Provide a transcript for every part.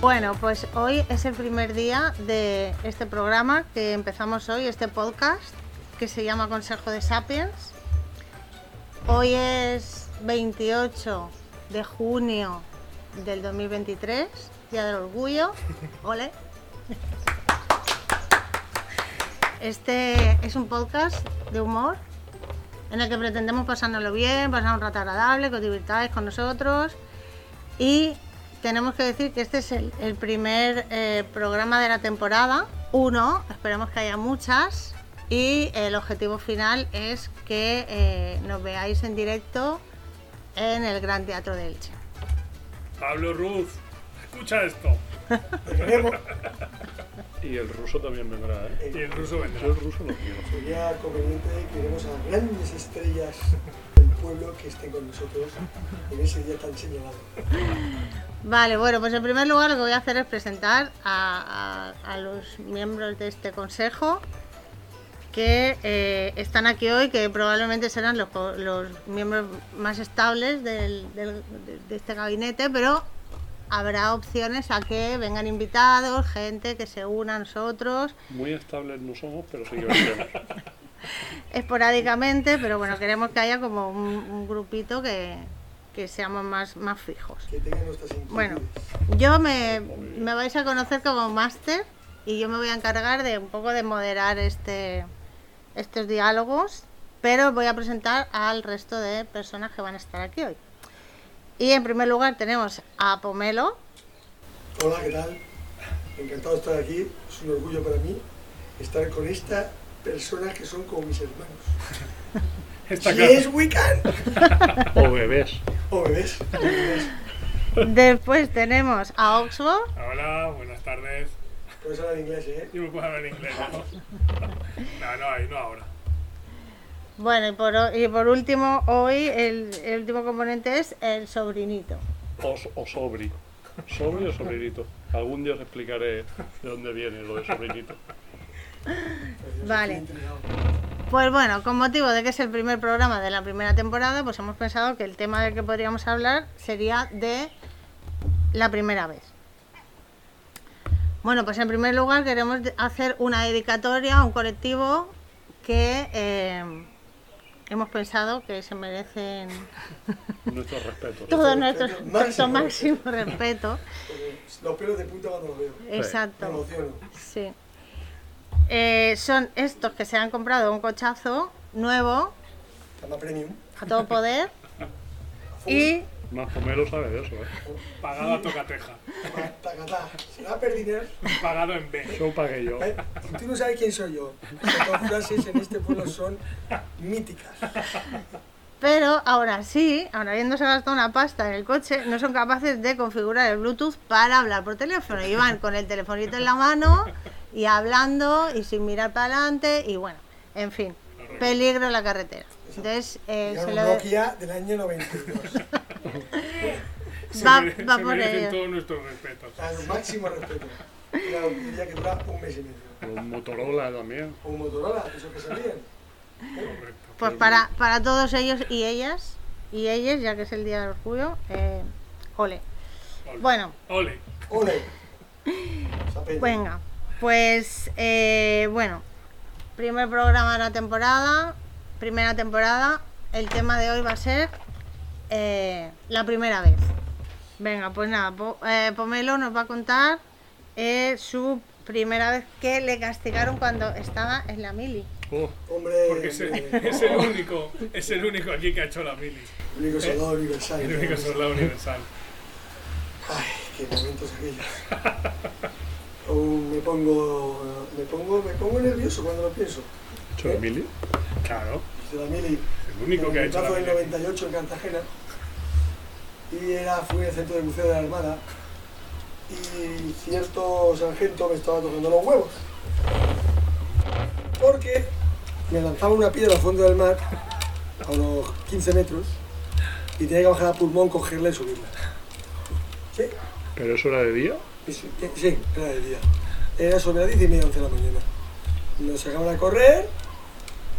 Bueno, pues hoy es el primer día de este programa que empezamos hoy, este podcast que se llama Consejo de Sapiens. Hoy es 28 de junio del 2023, Día del Orgullo. Ole. Este es un podcast de humor en el que pretendemos pasárnoslo bien, pasar un rato agradable, que os divirtáis con nosotros y tenemos que decir que este es el, el primer eh, programa de la temporada. Uno, esperemos que haya muchas. Y el objetivo final es que eh, nos veáis en directo en el Gran Teatro de Elche. Pablo Ruz, escucha esto. Tenemos, Y el ruso también vendrá, ¿eh? Y el ruso vendrá. Yo el ruso lo quiero. sería conveniente que queremos a grandes estrellas del pueblo que estén con nosotros en ese día tan señalado. Vale, bueno, pues en primer lugar lo que voy a hacer es presentar a, a- a los miembros de este consejo que eh, están aquí hoy, que probablemente serán los, co- los miembros más estables del- del- de- de este gabinete, pero habrá opciones a que vengan invitados, gente que se una a nosotros Muy estables no somos, pero sí que vendremos. esporádicamente, pero bueno, queremos que haya como un, un grupito que, que seamos más, más fijos. Que tengan nuestras inquietudes. Bueno, yo me, me vais a conocer como máster y yo me voy a encargar de un poco de moderar este, estos diálogos, pero voy a presentar al resto de personas que van a estar aquí hoy. Y en primer lugar tenemos a Pomelo. Hola, ¿qué tal? Encantado de estar aquí. Es un orgullo para mí estar con estas personas que son como mis hermanos. Está Si claro. es Wiccan O bebés. o bebés, o bebés. Después tenemos a Oxford. Hola, buenas tardes. Puedes hablar inglés, ¿eh? Yo me puedo hablar en inglés, ¿no? No, no, ahí no ahora. Bueno, y por, o- y por último, hoy el, el último componente es el sobrinito. O, o sobri. Sobri o sobrinito. Algún día os explicaré de dónde viene lo de sobrinito. Vale. Estoy intrigado. Pues bueno, con motivo de que es el primer programa de la primera temporada, pues hemos pensado que el tema del que podríamos hablar sería de la primera vez. Bueno, pues en primer lugar queremos de- hacer una dedicatoria a un colectivo que eh, hemos pensado que se merecen Nuestros respetos. todo nuestro nuestro Máximo. máximo respeto. Porque Los pelos de punta cuando los veo. Me Exacto. emociono. Sí. Eh, son estos que se han comprado un cochazo nuevo, Tama premium. a todo poder, y Más o menos sabe de eso, ¿eh? Pagado a tocateja. Tacatá. Será perdinar. Pagado en B. Eso pagué yo. ¿Eh? Tú no sabes quién soy yo. Estas frases en este pueblo son míticas. Eh, Pero ahora sí, ahora habiéndose gastado una pasta en el coche, no son capaces de configurar el Bluetooth para hablar por teléfono. Y van con el telefonito en la mano y hablando y sin mirar para adelante y bueno, en fin, peligro en la carretera. Entonces, eh, Era se un lo Nokia del año 92. Se, va, mere- va se por merecen ello. todos nuestros respetos. Al máximo respeto. Era un día que dura un mes y medio. Los Motorola también. O un Motorola, esos que salían. Correcto. Pues para, para todos ellos y ellas, y ellas, ya que es el día del orgullo, eh, ole. Ole. Bueno, Ole. Ole. Sapello. Venga, pues eh, bueno, primer programa de la temporada, primera temporada, el tema de hoy va a ser eh, la primera vez. Venga, pues nada, Po- eh, Pomelo nos va a contar eh, su primera vez que le castigaron cuando estaba en la mili. Oh, Hombre, Porque es, el- hombre. es el único, es el único aquí que ha hecho la mili. único soldado universal. El único soldado universal. Ay, qué momentos aquellos. Aún me pongo, me pongo, me pongo nervioso cuando lo pienso. ¿hecho de mili? Claro. Dice la mili, El único que ha hecho la en el mili. 98 en Cartagena y era, fui al centro de buceo de la Armada y cierto sargento me estaba tocando los huevos porque me lanzaba una piedra al fondo del mar a unos 15 metros y tenía que bajar a pulmón, cogerla y subirla. Sí, ¿Pero eso era de día? sí, sí, era de día. Era sobre las 10 y media, 11 de la mañana. Nos sacaban a correr,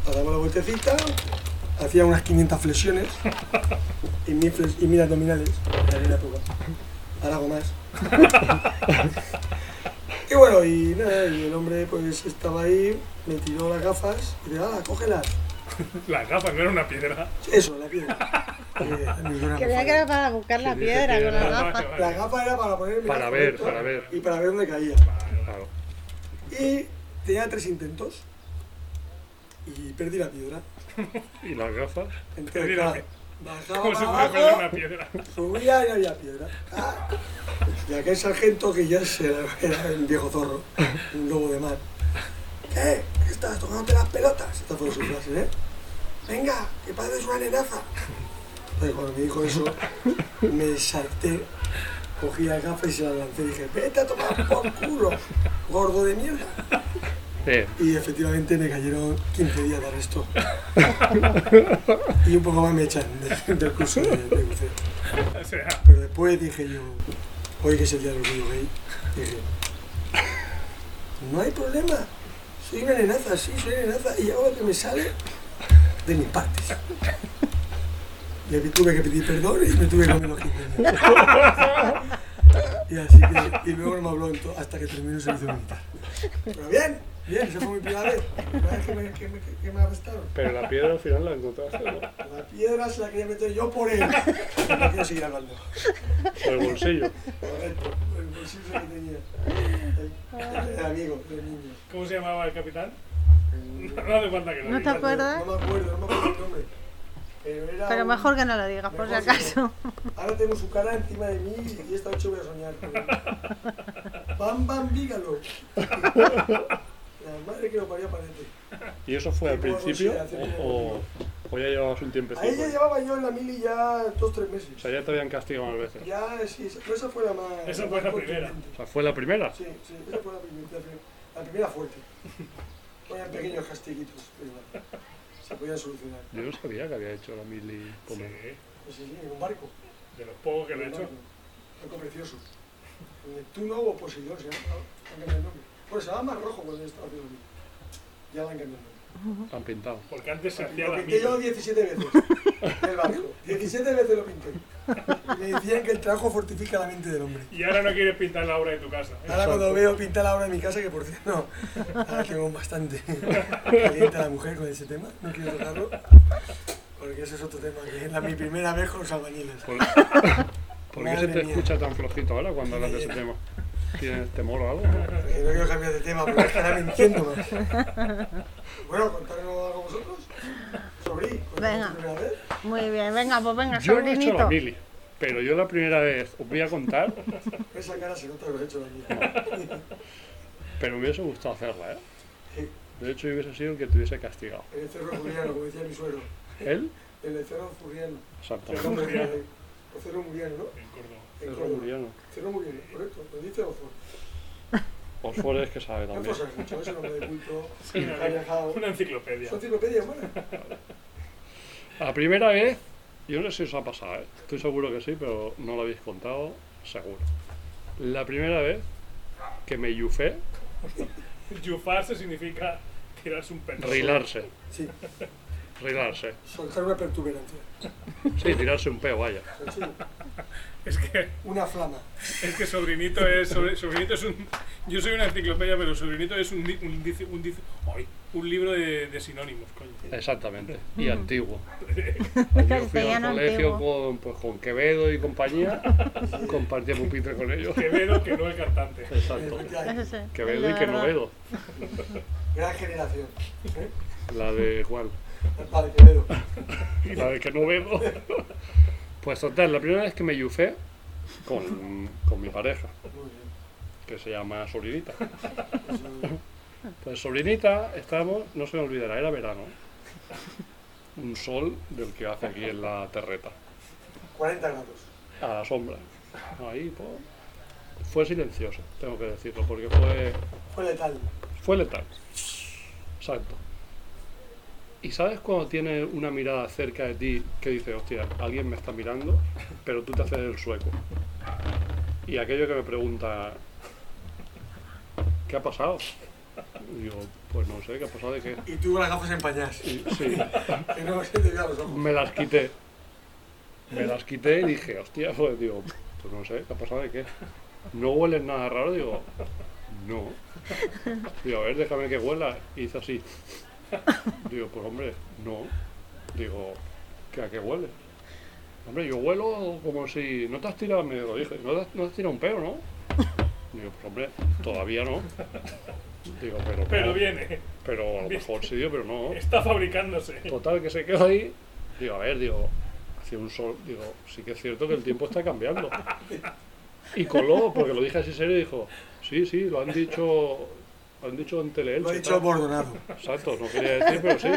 dábamos la vueltecita, hacía unas 500 flexiones y 1000 flex- y 1000 abdominales en aquella época. Ahora hago más. Y bueno, y nada, y el hombre pues estaba ahí, me tiró las gafas y le daba, cógelas. Las gafas no era una piedra. Eso, la piedra. Eh, me suena Creía muy que era para buscar la Sí, dice piedra que con era- las gafas. La gafa era para poner el Para brazo ver, recto para ver. Y para ver dónde caía. Claro. Y tenía tres intentos. Y perdí la piedra. ¿Y las gafas? Entonces, Perdí la claro, piedra. bajaba ¿Cómo se puede para perder una abajo, piedra? subía y no había piedra. Ah. Y aquel sargento que ya se la- era un viejo zorro, un lobo de mar. ¿Qué? ¿Qué estás tocándote las pelotas? Esta fue su frase, ¿eh? Venga, que pareces una nenaza. Entonces cuando me dijo eso, me salté, cogí la gafa y se la lancé y dije, vete a tomar por culo, gordo de mierda. Eh, Y efectivamente me cayeron 15 días de arresto. y un poco más me echan de- del curso de, de buceo. O sea, Pero después dije yo, hoy que es el día del orgullo gay, dije, no hay problema, soy una nenaza, sí, soy nenaza, y hago lo que me sale de mis partes. Le pe- tuve que pedir perdón y me tuve que comer los 15 días. Y así que, y luego no me habló en to- hasta que terminó el servicio militar. Pero bien, bien, esa fue mi primera vez. La primera vez que me, que me, que me arrestaron. pero la piedra al final la encontraste, ¿no? La piedra se la quería meter yo por él. No quiero seguir hablando. Por el bolsillo. Correcto, el bolsillo que tenía. El, el amigo, el niño. ¿cómo se llamaba el capitán? No, no hace falta que lo No te digas. acuerdas. No me acuerdo, no me acuerdo el nombre. Pero era. Pero un- mejor que no lo digas, por si Mejor sí, acaso. Ahora tengo su cara encima de mí y esta noche voy a soñar. con él. Bam, bam, vígalo. La madre que lo parió aparente. ¿Y eso fue al principio o, o ya llevabas un Ahí ya tiempecito? llevaba yo en la mili ya dos, tres meses. Pues O sea, ya te habían castigado más veces. Ya, sí, esa- pero esa fue la más. Esa fue la más primera. contundente. O sea, ¿fue la primera? Sí, sí, esa fue la primera, la primera, la primera fuerte. Eran pequeños castiguitos, pero bueno, se podían solucionar. Yo no sabía que había hecho la mili Sí, comer. Pues sí, sí, en un barco. de los pocos que en lo he un hecho. barco. Barco precioso. Neptuno o Poseidón, se llama. ahora, Han cambiado el nombre. Bueno, se llama más rojo cuando estaba haciendo el mío. Ya la han cambiado el Han pintado. Porque antes se hacía nombre. Lo la pinté yo mili. 17 veces. El barco. 17 veces lo pinté. Y me decían que el trabajo fortifica la mente del hombre. Y ahora no quieres pintar la obra de tu casa. ¿eh? Ahora cuando veo pintar la obra de mi casa, que por cierto, no, ahora tengo bastante caliente a la mujer con ese tema, no quiero tocarlo, porque ese es otro tema, que es la, mi primera vez con los albañiles. ¿Por, por qué se Madre te mía. escucha tan flojito ahora cuando hablas de ese tema? ¿Tienes temor o algo? no? Porque Eh, no quiero cambiar de tema, pero es que ahora me entiendo más. Bueno, contarnos algo vosotros. Sobrí, Venga. ¿contanos tu primera vez? Muy bien, venga, pues venga, Yo no he hecho la sobrinito. mili, pero yo la primera vez os voy a contar, Esa cara se nota que lo he hecho la mía. pero me hubiese gustado hacerla, ¿eh? Sí. De hecho, yo hubiese sido el que te hubiese castigado. El cerro furiano, como decía mi suegro. ¿Él? El cerro furiano. Exactamente. El cerro muriano, ¿no? En Córdoba. En Cerro Córdoba. Muriano. Cerro muriano, correcto. Lo dice Ofor. Osfor es que sabe No también. pues has mucho, ese nombre de culto, Sí, que ha viajado. Una enciclopedia. Es una enciclopedia humana. La primera vez, yo no sé si os ha pasado, ¿eh? estoy seguro que sí, pero no lo habéis contado, seguro. La primera vez que me yufé, Yufarse significa tirarse un perro. rilarse, Sí, rilarse. soltar una pertuberancia. Sí, tirarse un peo, vaya. Sí, Es que, una flama. es que sobrinito es. sobre- sobrinito es un. Yo soy una enciclopedia, pero sobrinito es un, di- un, dici- un, dici- ay, un libro de, de sinónimos, coño. Exactamente, y antiguo. Yo fui al Castellano colegio antiguo. con, pues, con Quevedo y compañía, compartía pupitre con ellos. Quevedo, que no el cantante. Exacto. Eso Efectivamente. sí, Quevedo y la que verdad. Quevedo. Gran generación. ¿eh? La de Juan. Vale, Quevedo. La de que no veo. Pues total, la primera vez que me yufé con, con mi pareja, Muy bien. que se llama Sobrinita. Eso- Pues Sobrinita, estábamos, no se me olvidará, era verano. Un sol del que hace aquí en la terreta, 40 grados. a la sombra. Ahí, pues, fue silencioso, tengo que decirlo, porque fue Fue letal. Fue letal. Exacto. ¿Y sabes cuando tienes una mirada cerca de ti que dices, hostia, alguien me está mirando, pero tú te haces el sueco? Y aquello que me pregunta, ¿qué ha pasado? Y Digo, pues no sé, ¿qué ha pasado de qué? Y tú con las gafas empañadas. Y- sí, Que no se te vean los ojos. me las quité. Me las quité y dije, hostia, pues digo, pues no sé, ¿qué ha pasado de qué? ¿No hueles nada raro? Digo, no. Digo, a ver, déjame que huela. Y hizo así. Digo, pues hombre, no. Digo, ¿que ¿a qué huele? Hombre, yo huelo como si... ¿No te has tirado? Me lo dije, ¿no te, has- no te has tirado un peo, no? Digo, pues hombre, todavía no. Digo, pero... Pero Eh, viene, Pero a lo mejor sí, digo, pero no. está fabricándose. Total, que se quedó ahí. Digo, a ver, digo, hacía un sol. Digo, sí que es cierto que el tiempo está cambiando. Y coló, porque lo dije así serio, dijo, sí, sí, lo han dicho, lo han dicho en Teleelch. Lo ha dicho Bordonado, Exacto, no quería decir, pero sí,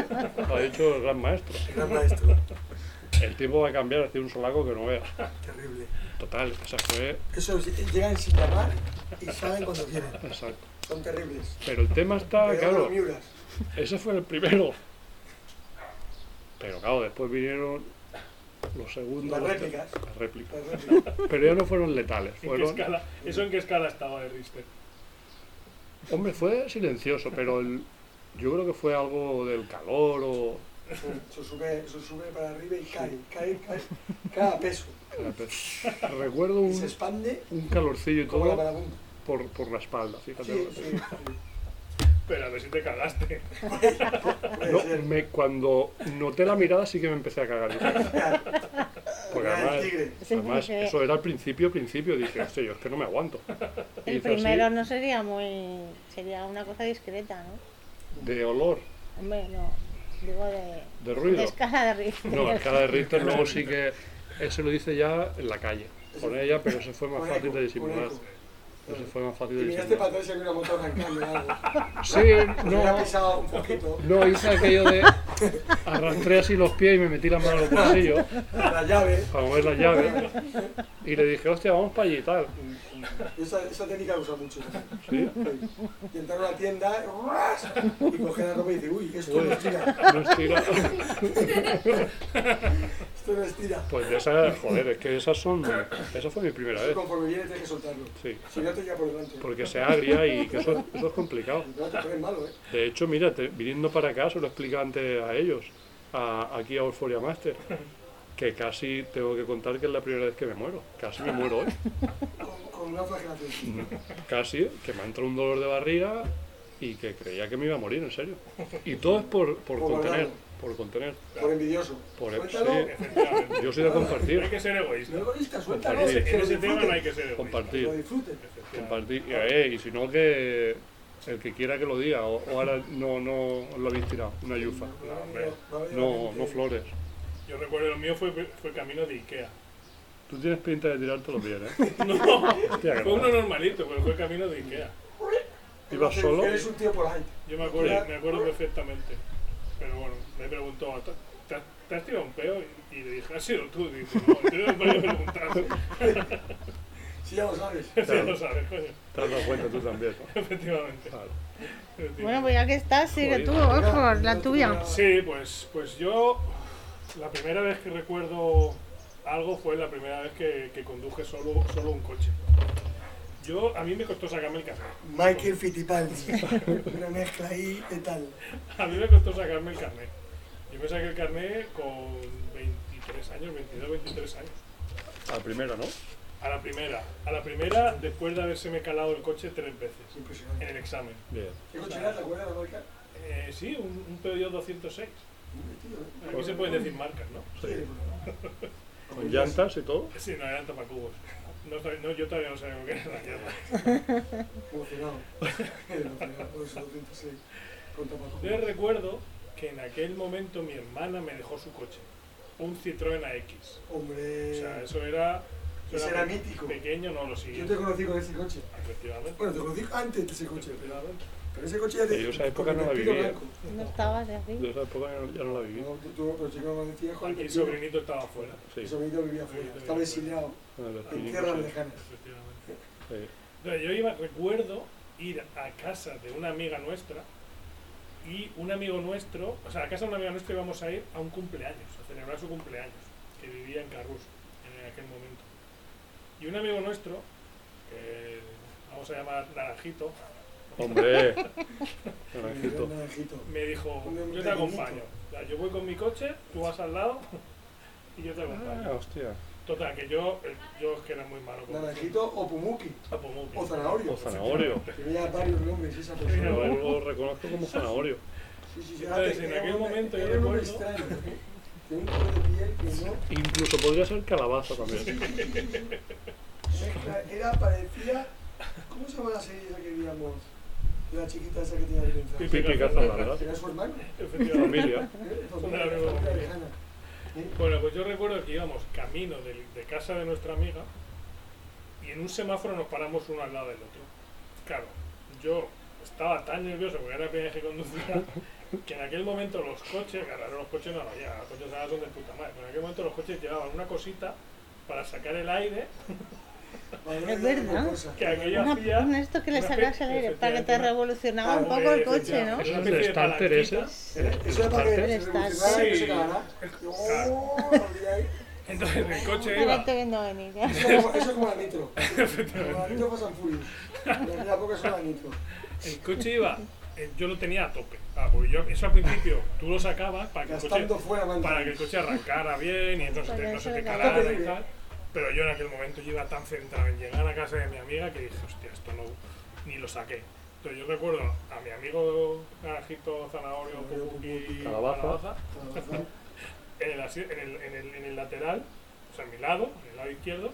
lo ha dicho el gran maestro. gran maestro. El tiempo va a cambiar, hacía un solaco que no veas. Terrible. Total, esa fue, Eso llegan sin llamar y salen cuando quieren. exacto. Son terribles. Pero el tema está, Peor que Ah, claro, los Miuras. ese fue el primero. Pero claro, después vinieron los segundos. Las los ter- réplicas. Las réplicas. Las réplicas. Pero ya no fueron letales, ¿En qué fueron... escala? ¿Eso en qué escala estaba el Richter? Hombre, fue silencioso, pero el- yo creo que fue algo del calor o... Eso sube, eso sube para arriba y cae, cae, cae. Cada peso. Recuerdo Y se un, expande un calorcillo y como la todo marabunta. por, por la espalda, fíjate. Sí, sí. Pero a ver si te cagaste. Puede No, ser. me- cuando noté la mirada sí que me empecé a cagar. Dije, Porque Era el además, tigre. Sí, además porque eso era al principio, principio, dije, hostia, yo es que no me aguanto. Y el hice así, primero no sería muy. sería una cosa discreta, ¿no? de olor, Hombre, no. Digo de. de ruido. de escala de Richter. No, la escala de Richter luego sí que... Ese lo hice ya en la calle, con ella, pero ese fue más Un fácil eco, de un disimular. eco. Ese fue más fácil Y este de miraste para atrás disimular. y había una moto arrancando o algo. Sí, No. no, Hubiera pisado un poquito. no, hice aquello de arrastré así los pies y me metí la mano en los bolsillos La llave. para mover las llaves y le dije, hostia, vamos para allí y tal. Esa, esa técnica la usa mucho. también. Sí, Y entrar a una tienda ¡ras! y coger la ropa y decir, uy, esto no estira, no estira. esto no estira. Pues de esas, joder, es que esas son, esa fue mi primera Eso vez, conforme viene tienes que soltarlo. sí, Si no te queda por delante. porque se agria y que eso, eso es complicado. Y No te pones malo, ¿eh? De hecho, mira, te- viniendo para acá, se lo explica antes a ellos, a- aquí a Euphoria Master, que casi tengo que contar que es la primera vez que me muero, casi me muero hoy. Con, con una Mm. flagelación. casi, que me ha entrado un dolor de barriga y que creía que me iba a morir, en serio. Y todo es por, por Por contener, guardarlo. por contener. Por envidioso. Por el- Suéltalo. sí, yo soy de No hay compartir, que ser No egoísta. egoísta, suéltalo. En ese, Que en lo ese tema no hay disfruten. que ser egoísta. Que lo compartir, disfruten. compartir. Y, eh, y si no, que el que quiera que lo diga, o, o ahora no, no os lo habéis tirado, una yufa. hombre. No, no flores. Yo recuerdo, lo mío fue, fue camino de Ikea. Tú tienes pinta de tirártelo bien, ¿eh? No, Hostia, que fue uno no. normalito, pero fue camino de Ikea. ¿Ibas solo? Eres un tío por ahí. Yo me acuerdo, me acuerdo perfectamente. Pero bueno, me preguntó, "¿Te- te- ¿te has tirado un peo? Y- Y le dije, ¿has sido tú? Dice, no, yo no me voy a preguntar. Sí, ya lo sabes. Ya lo sabes, coño. Te has dado cuenta tú también. Efectivamente. Vale. efectivamente. Bueno, pues ya que estás, sigue Joder. tú, Oxford, la tuya. Sí, pues, pues yo la primera vez que recuerdo algo fue la primera vez que, que conduje solo, solo un coche. Yo, a mí me costó sacarme el carnet. Michael Fittipaldi. Una mezcla ahí de tal. A mí me costó sacarme el carnet. Yo me saqué el carnet con 23 años, 22, 23 años. A la primera, ¿no? A la primera. A la primera, después de haberse me calado el coche tres veces en Impresionante. el examen. Bien. ¿Qué coche era? ¿Te acuerdas de la marca? Eh, sí, un, un Peugeot 206. Aquí se pueden decir marcas, ¿no? Sí. Con llantas y todo. Sí, no eran tapacubos. No, estoy- no, yo todavía no sabía lo que era la llanta. Emocionado. Emocionado. Por eso, 26. Con tapaco. Yo recuerdo que en aquel momento mi hermana me dejó su coche, un Citroën AX. O sea, Hombre. eso era. Ese era mítico. Pequeño, no lo Yo siguiente. te conocí con ese coche. Efectivamente. Bueno, te conocí antes de ese coche, pero, efectivamente. pero ese coche ya te. Yo esa época no la con el viví, ¿eh? pelo blanco. No estabas de Yo así. esa época ya no- ya no la viví. No, tú- tú, pero chico, no decías, Juan, Aquí que el tío, sobrinito estaba afuera. Sí, mi sobrinito vivía afuera, estaba exiliado en el en espíritu, tierras sí. lejanas. Efectivamente. Sí. Entonces, yo iba, recuerdo ir a casa de una amiga nuestra y y un amigo nuestro, o sea, a casa de un amigo nuestro íbamos a ir a un cumpleaños, a celebrar su cumpleaños, que vivía en Carrus en aquel momento. Y un amigo nuestro, que vamos a llamar Naranjito, Hombre, Naranjito. naranjito. me dijo, Un hombre yo te acompaño. pequeñito. O sea, yo voy con mi coche, tú vas al lado y yo te Ah, acompaño. hostia. Total, que yo, yo es que era muy malo con Naranjito o Pumuki. A Pumuki. O zanahoria. O zanahorio. Tenía varios nombres esa Yo persona. lo reconozco como zanahorio. Sí, sí, sí. Entonces, Ah, en tenía aquel un- momento yo Era un nombre recuerdo- extraño. ¿eh? Tenía un color de piel que no... Incluso podría ser calabaza también. Mezcla- Era parecida. ¿Cómo se llama la serie esa que veíamos? La chiquita esa que tenía el Pipi. Que Pipi cazador, ¿verdad? Era su hermano. Efectivamente. Familia. ¿eh? Una Familia nueva familia familia. lejana. ¿eh? Bueno, pues yo recuerdo que íbamos camino del- de, casa de nuestra amiga y en un semáforo nos paramos uno al lado del otro. Claro, yo estaba tan nervioso porque era la primera vez que conducía que en aquel momento los coches, claro, ahora los coches no ya, los coches ahora son de puta madre, pero en aquel momento los coches llevaban una cosita para sacar el aire, Vale, Es verdad. una cosa. que aquello Una, hacía un esto que le una sacas pe- el aire para que te efectivamente, revolucionaba un una- poco el eh, coche, ¿no? efectivamente, una ¿Eso es especie el de starter palanquita. ese? Era- ¿Eh? Eso era para que se Starter. revolucionara y que se Sí. acabara. ¡Oh! olvidé ahí. Entonces el coche Ahora iba, te viendo venir. ¿eh? Eso es como- eso es como la nitro. Como la nitro pasan furios. En aquella época eso era la nitro. el coche iba, eh, yo lo tenía a tope. Ah, porque yo, eso al principio tú lo sacabas para que el coche Gastando fuera manta. para que el coche arrancara bien y entonces Para te- no eso se te era. calara y tal. Pero yo en aquel momento yo iba tan centrado en llegar a casa de mi amiga que dije, hostia, esto no, ni lo saqué. Entonces yo recuerdo a mi amigo Naranjito, Zanahorio, Pupuki, Calabaza. Calabaza, en el, asi- en, el, en el- en el lateral, o sea, en mi lado, en el lado izquierdo,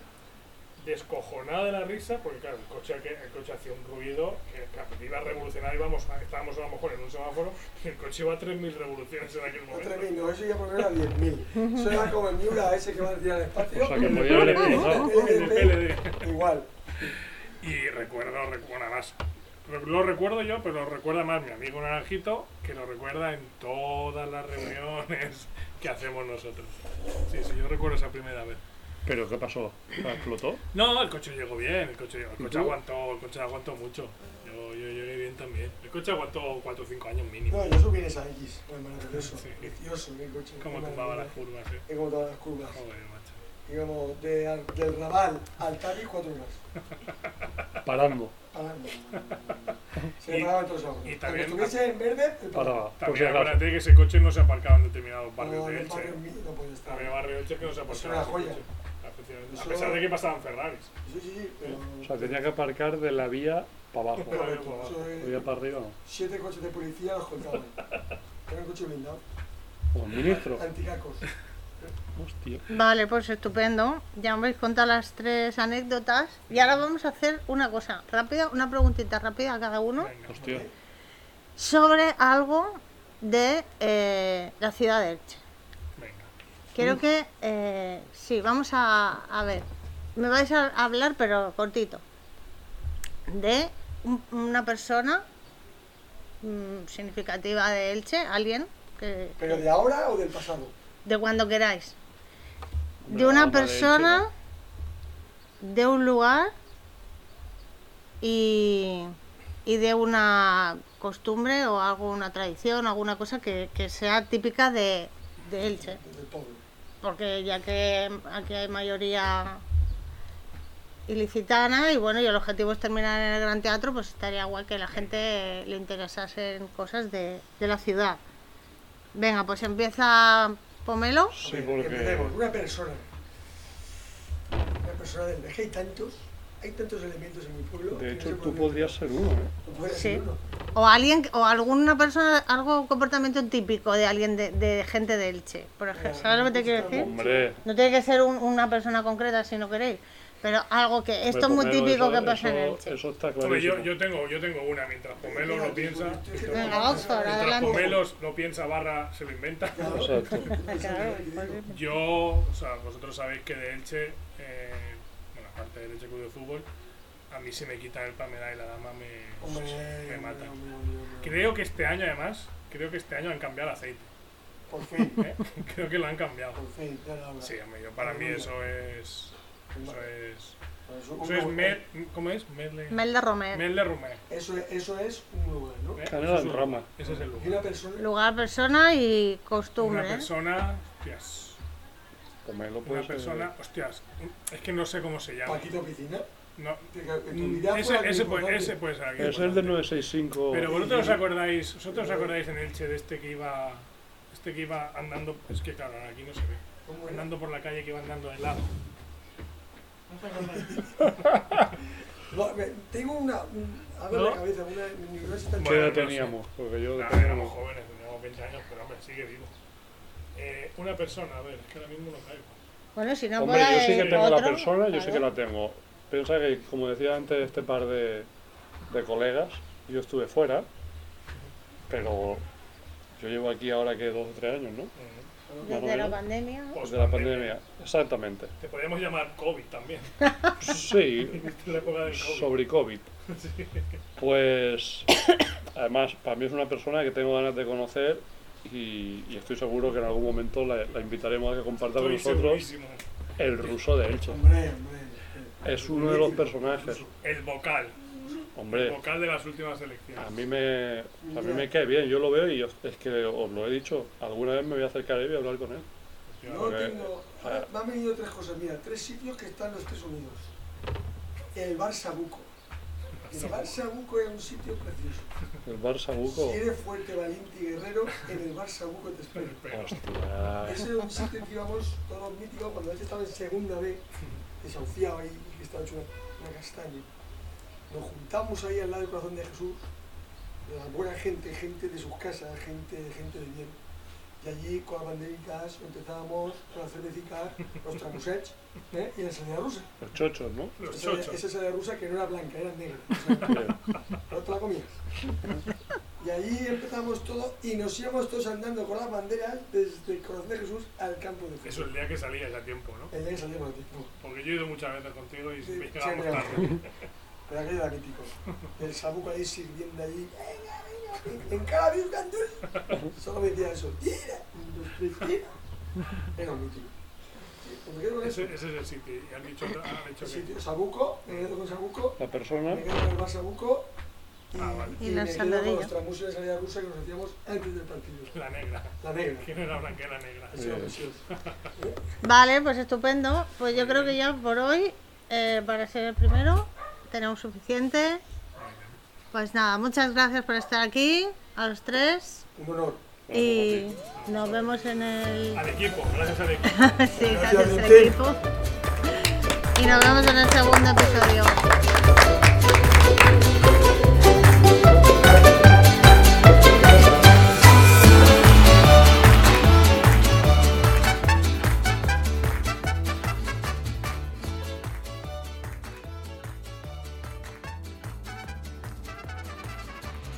descojonada de la risa, porque claro, el coche, aquel- el coche hacía un ruido que claro, iba a revolucionar, íbamos, a- estábamos a lo mejor en un semáforo, y el coche iba a 3.000 revoluciones en aquel No momento. tremendo, eso ya por lo menos era 10.000. Eso era como el Miura ese que va a tirar al espacio. O sea que podía haber explotado. El PLD. Igual. Y recuerdo, recu- bueno, además, lo, lo recuerdo yo, pero lo recuerda más mi amigo Naranjito, que lo recuerda en todas las reuniones que hacemos nosotros. Sí, sí, yo recuerdo esa primera vez. ¿Pero qué pasó? ¿Explotó? No, el coche llegó bien, el coche, el ¿Y coche tú? aguantó, el coche aguantó mucho. Yo, yo llegué bien también. El coche aguantó 4 o 5 años mínimo. No, yo subí en esa X. Fue maravilloso. Sí. Precioso, mi coche. Como Qué tumbaba las maravilla. curvas, eh. Y como todas las curvas. Joder, macho. Digamos, de, al- del Raval al Talis, cuatro horas. Parando. Parando. Y- Se paraban todos los ojos. y Aunque también- estuviese en verde, el Paraba. Por si También acaso. acuérdate que ese coche no se aparcaba en determinados No, barrios en de el Elche. barrio eh. mío no podía estar. Había barrios de Elche que no se Es aparcaban. una ese joya. coche. Efectivamente. A Eso- pesar de que pasaban Ferraris. Sí, sí, sí, pero... O sea, tenía que aparcar de la vía para abajo. Pero- Correcto, eso es- Vía para arriba no. Siete coches de policía los contaban. Era un coche blindado. Como el ministro. Anticacos. Hostia. Vale, pues estupendo. Ya me habéis contado las tres anécdotas. Y ahora vamos a hacer una cosa rápida, una preguntita rápida a cada uno Venga. Hostia. sobre algo de eh, la ciudad de Elche. Venga. Mm. Quiero que, eh, sí, vamos a, a ver. Me vais a hablar, pero cortito, de un- una persona mm, significativa de Elche, alguien que, ¿Pero de ahora o del pasado? de cuando queráis. De Hombre, una vamos a ver, persona, chico. de un lugar y, y de una costumbre o alguna tradición, alguna cosa que, que sea típica de, de Elche. Del pueblo. Porque ya que aquí hay mayoría ilicitana y bueno, y el objetivo es terminar en el Gran Teatro, pues estaría guay que la gente le interesase en cosas de, de la ciudad. Venga, pues empieza Pomelo. Sí, Bien, porque. empecemos. Una persona. Una persona del... Es que hay tantos. Hay tantos elementos en mi pueblo. De que no hecho, sé tú por dónde- podrías ser uno, ¿eh? no podría ser Sí. uno. O alguien, o alguna persona, algo comportamiento típico de alguien de, de gente de Elche. Por ejemplo, ¿sabes lo que te quiero decir? Hombre. No tiene que ser un- una persona concreta si no queréis, pero algo que esto es muy Pero típico pues, eso- que pasa en eso- Elche. Eso está Hombre, clarísimo. yo, yo tengo, yo tengo una, mientras Pomelo lo piensa, este, Venga, Oxford, mientras adelante. Pomelo lo piensa barra se lo inventa. Exacto. este, Claro, pues sí. Yo, o sea, vosotros sabéis que de Elche, eh, bueno, aparte del Elche Club de Fútbol, a mí se me quita el Pamela y la dama me, Hombre, me mata. hombre, hombre, hombre. Creo que este año además, creo que este año han cambiado el aceite. Por fin, ¿eh? creo que lo han cambiado. por fin, ya era hora. Sí, hombre, yo para mí eso es Eso es. Eso, Eso es Mel. ¿Cómo es? Merle. Melda Romer. Merle Rumer. eso, es- eso es un lugar, ¿no? ¿eh? Canela Ese es en el- rama. Ese es el lugar. Y una persona. Lugar, persona y Una costumbre. ¿eh? persona. Hostias. Comerlo puede Una ser- eh. persona. Hostias. Es que no sé cómo se llama. Paquito Oficina. No. que- que tu Mm, vida fue la Ese, que ese, importaba puede, que- ese puede ser alguien Ese es del importante. 965. Pero vosotros os acordáis, vosotros os acordáis en Elche de este que iba. Este que iba andando. Es que claro, aquí no se ve. ¿Cómo era? Andando por la calle que iba andando de lado. Va, me- Tengo una. un- Algo en la ¿No? cabeza, una neurosis tan ¿Qué Bueno, edad no sé. teníamos? Porque yo Ah, éramos teníamos. jóvenes, teníamos 20 años, pero hombre, sigue vivo. Eh, una persona, a ver, es que ahora mismo no caigo. Bueno, si no Hombre, yo sí puede, que tengo la otro, persona, yo sí que claro. la tengo. Piensa que, como decía antes este par de, de colegas, yo estuve fuera, pero yo llevo aquí ahora que dos o tres años, ¿no? Más o Desde la menos. pandemia. Desde la pandemia, exactamente. Pues eh, Te podríamos llamar COVID también, Sí, en la época del COVID. sobre COVID. Pues, además, para mí es una persona que tengo ganas de conocer y, y estoy seguro que en algún momento la, la invitaremos a que comparta con Estoy nosotros segurísimo. el ruso de Elche. Hombre, hombre. Es uno de los personajes. El vocal, el Hombre, vocal de las últimas a elecciones. mí me, a mí me cae bien, yo lo veo y os- es que os lo he dicho, alguna vez me voy a acercar a él y voy a hablar con él. No Porque- tengo. ahora me han venido tres cosas. Mira, tres sitios que están los tres unidos. El Bar Sabuco. El Bar Sabuco es un sitio precioso. El bar Sabuco, Si eres fuerte, valiente y guerrero, en el Bar Sabuco te espero. hostia, Ese es un sitio en que íbamos todos los míticos cuando él estaba en segunda B, desahuciado ahí, que estaba hecho una, una castaña. Nos juntamos ahí al lado del corazón de Jesús, de la buena gente, gente de sus casas, gente, gente de bien. Y allí con las banderitas empezábamos con las cervecitas, los tramusets ¿eh? y la salida rusa. los chochos, ¿no? Los Esa- chochos. Esa salida rusa que no era blanca, era negra. O sea, Bien. no te la comías. Y allí empezamos todo y nos íbamos todos andando con las banderas desde el corazón de Jesús al campo de Eso fútbol. el día que salías a tiempo, ¿no? El día que salimos de no, Porque yo he ido muchas veces contigo y Sí, me llegábamos siempre. tarde. pero aquello era mítico. El sabuco ahí sirviendo allí. Venga, venga, en cara de un gandul. Solo me decía eso. Tira, un, dos, tres, tira. Era un mítico. Sí, pues me quedo con eso. Ese, ese es el sitio. Y han dicho, han dicho El que sitio Sabuco, me quedo con Sabuco, La persona, me quedo con el bar Sabuco y, Ah, vale. Y la me quedo con saldadilla. los tramusos de salida rusa que nos hacíamos antes del partido. la negra. La negra. ¿Quién era blanca y la negra? Eso era precioso. Vale, pues estupendo. Pues yo creo que ya por hoy, eh, para ser el primero, tenemos suficiente. Pues nada, muchas gracias por estar aquí, a los tres. Un honor. Y nos vemos en el. Al equipo, gracias al equipo. Sí, gracias al equipo. Y nos vemos en el segundo episodio.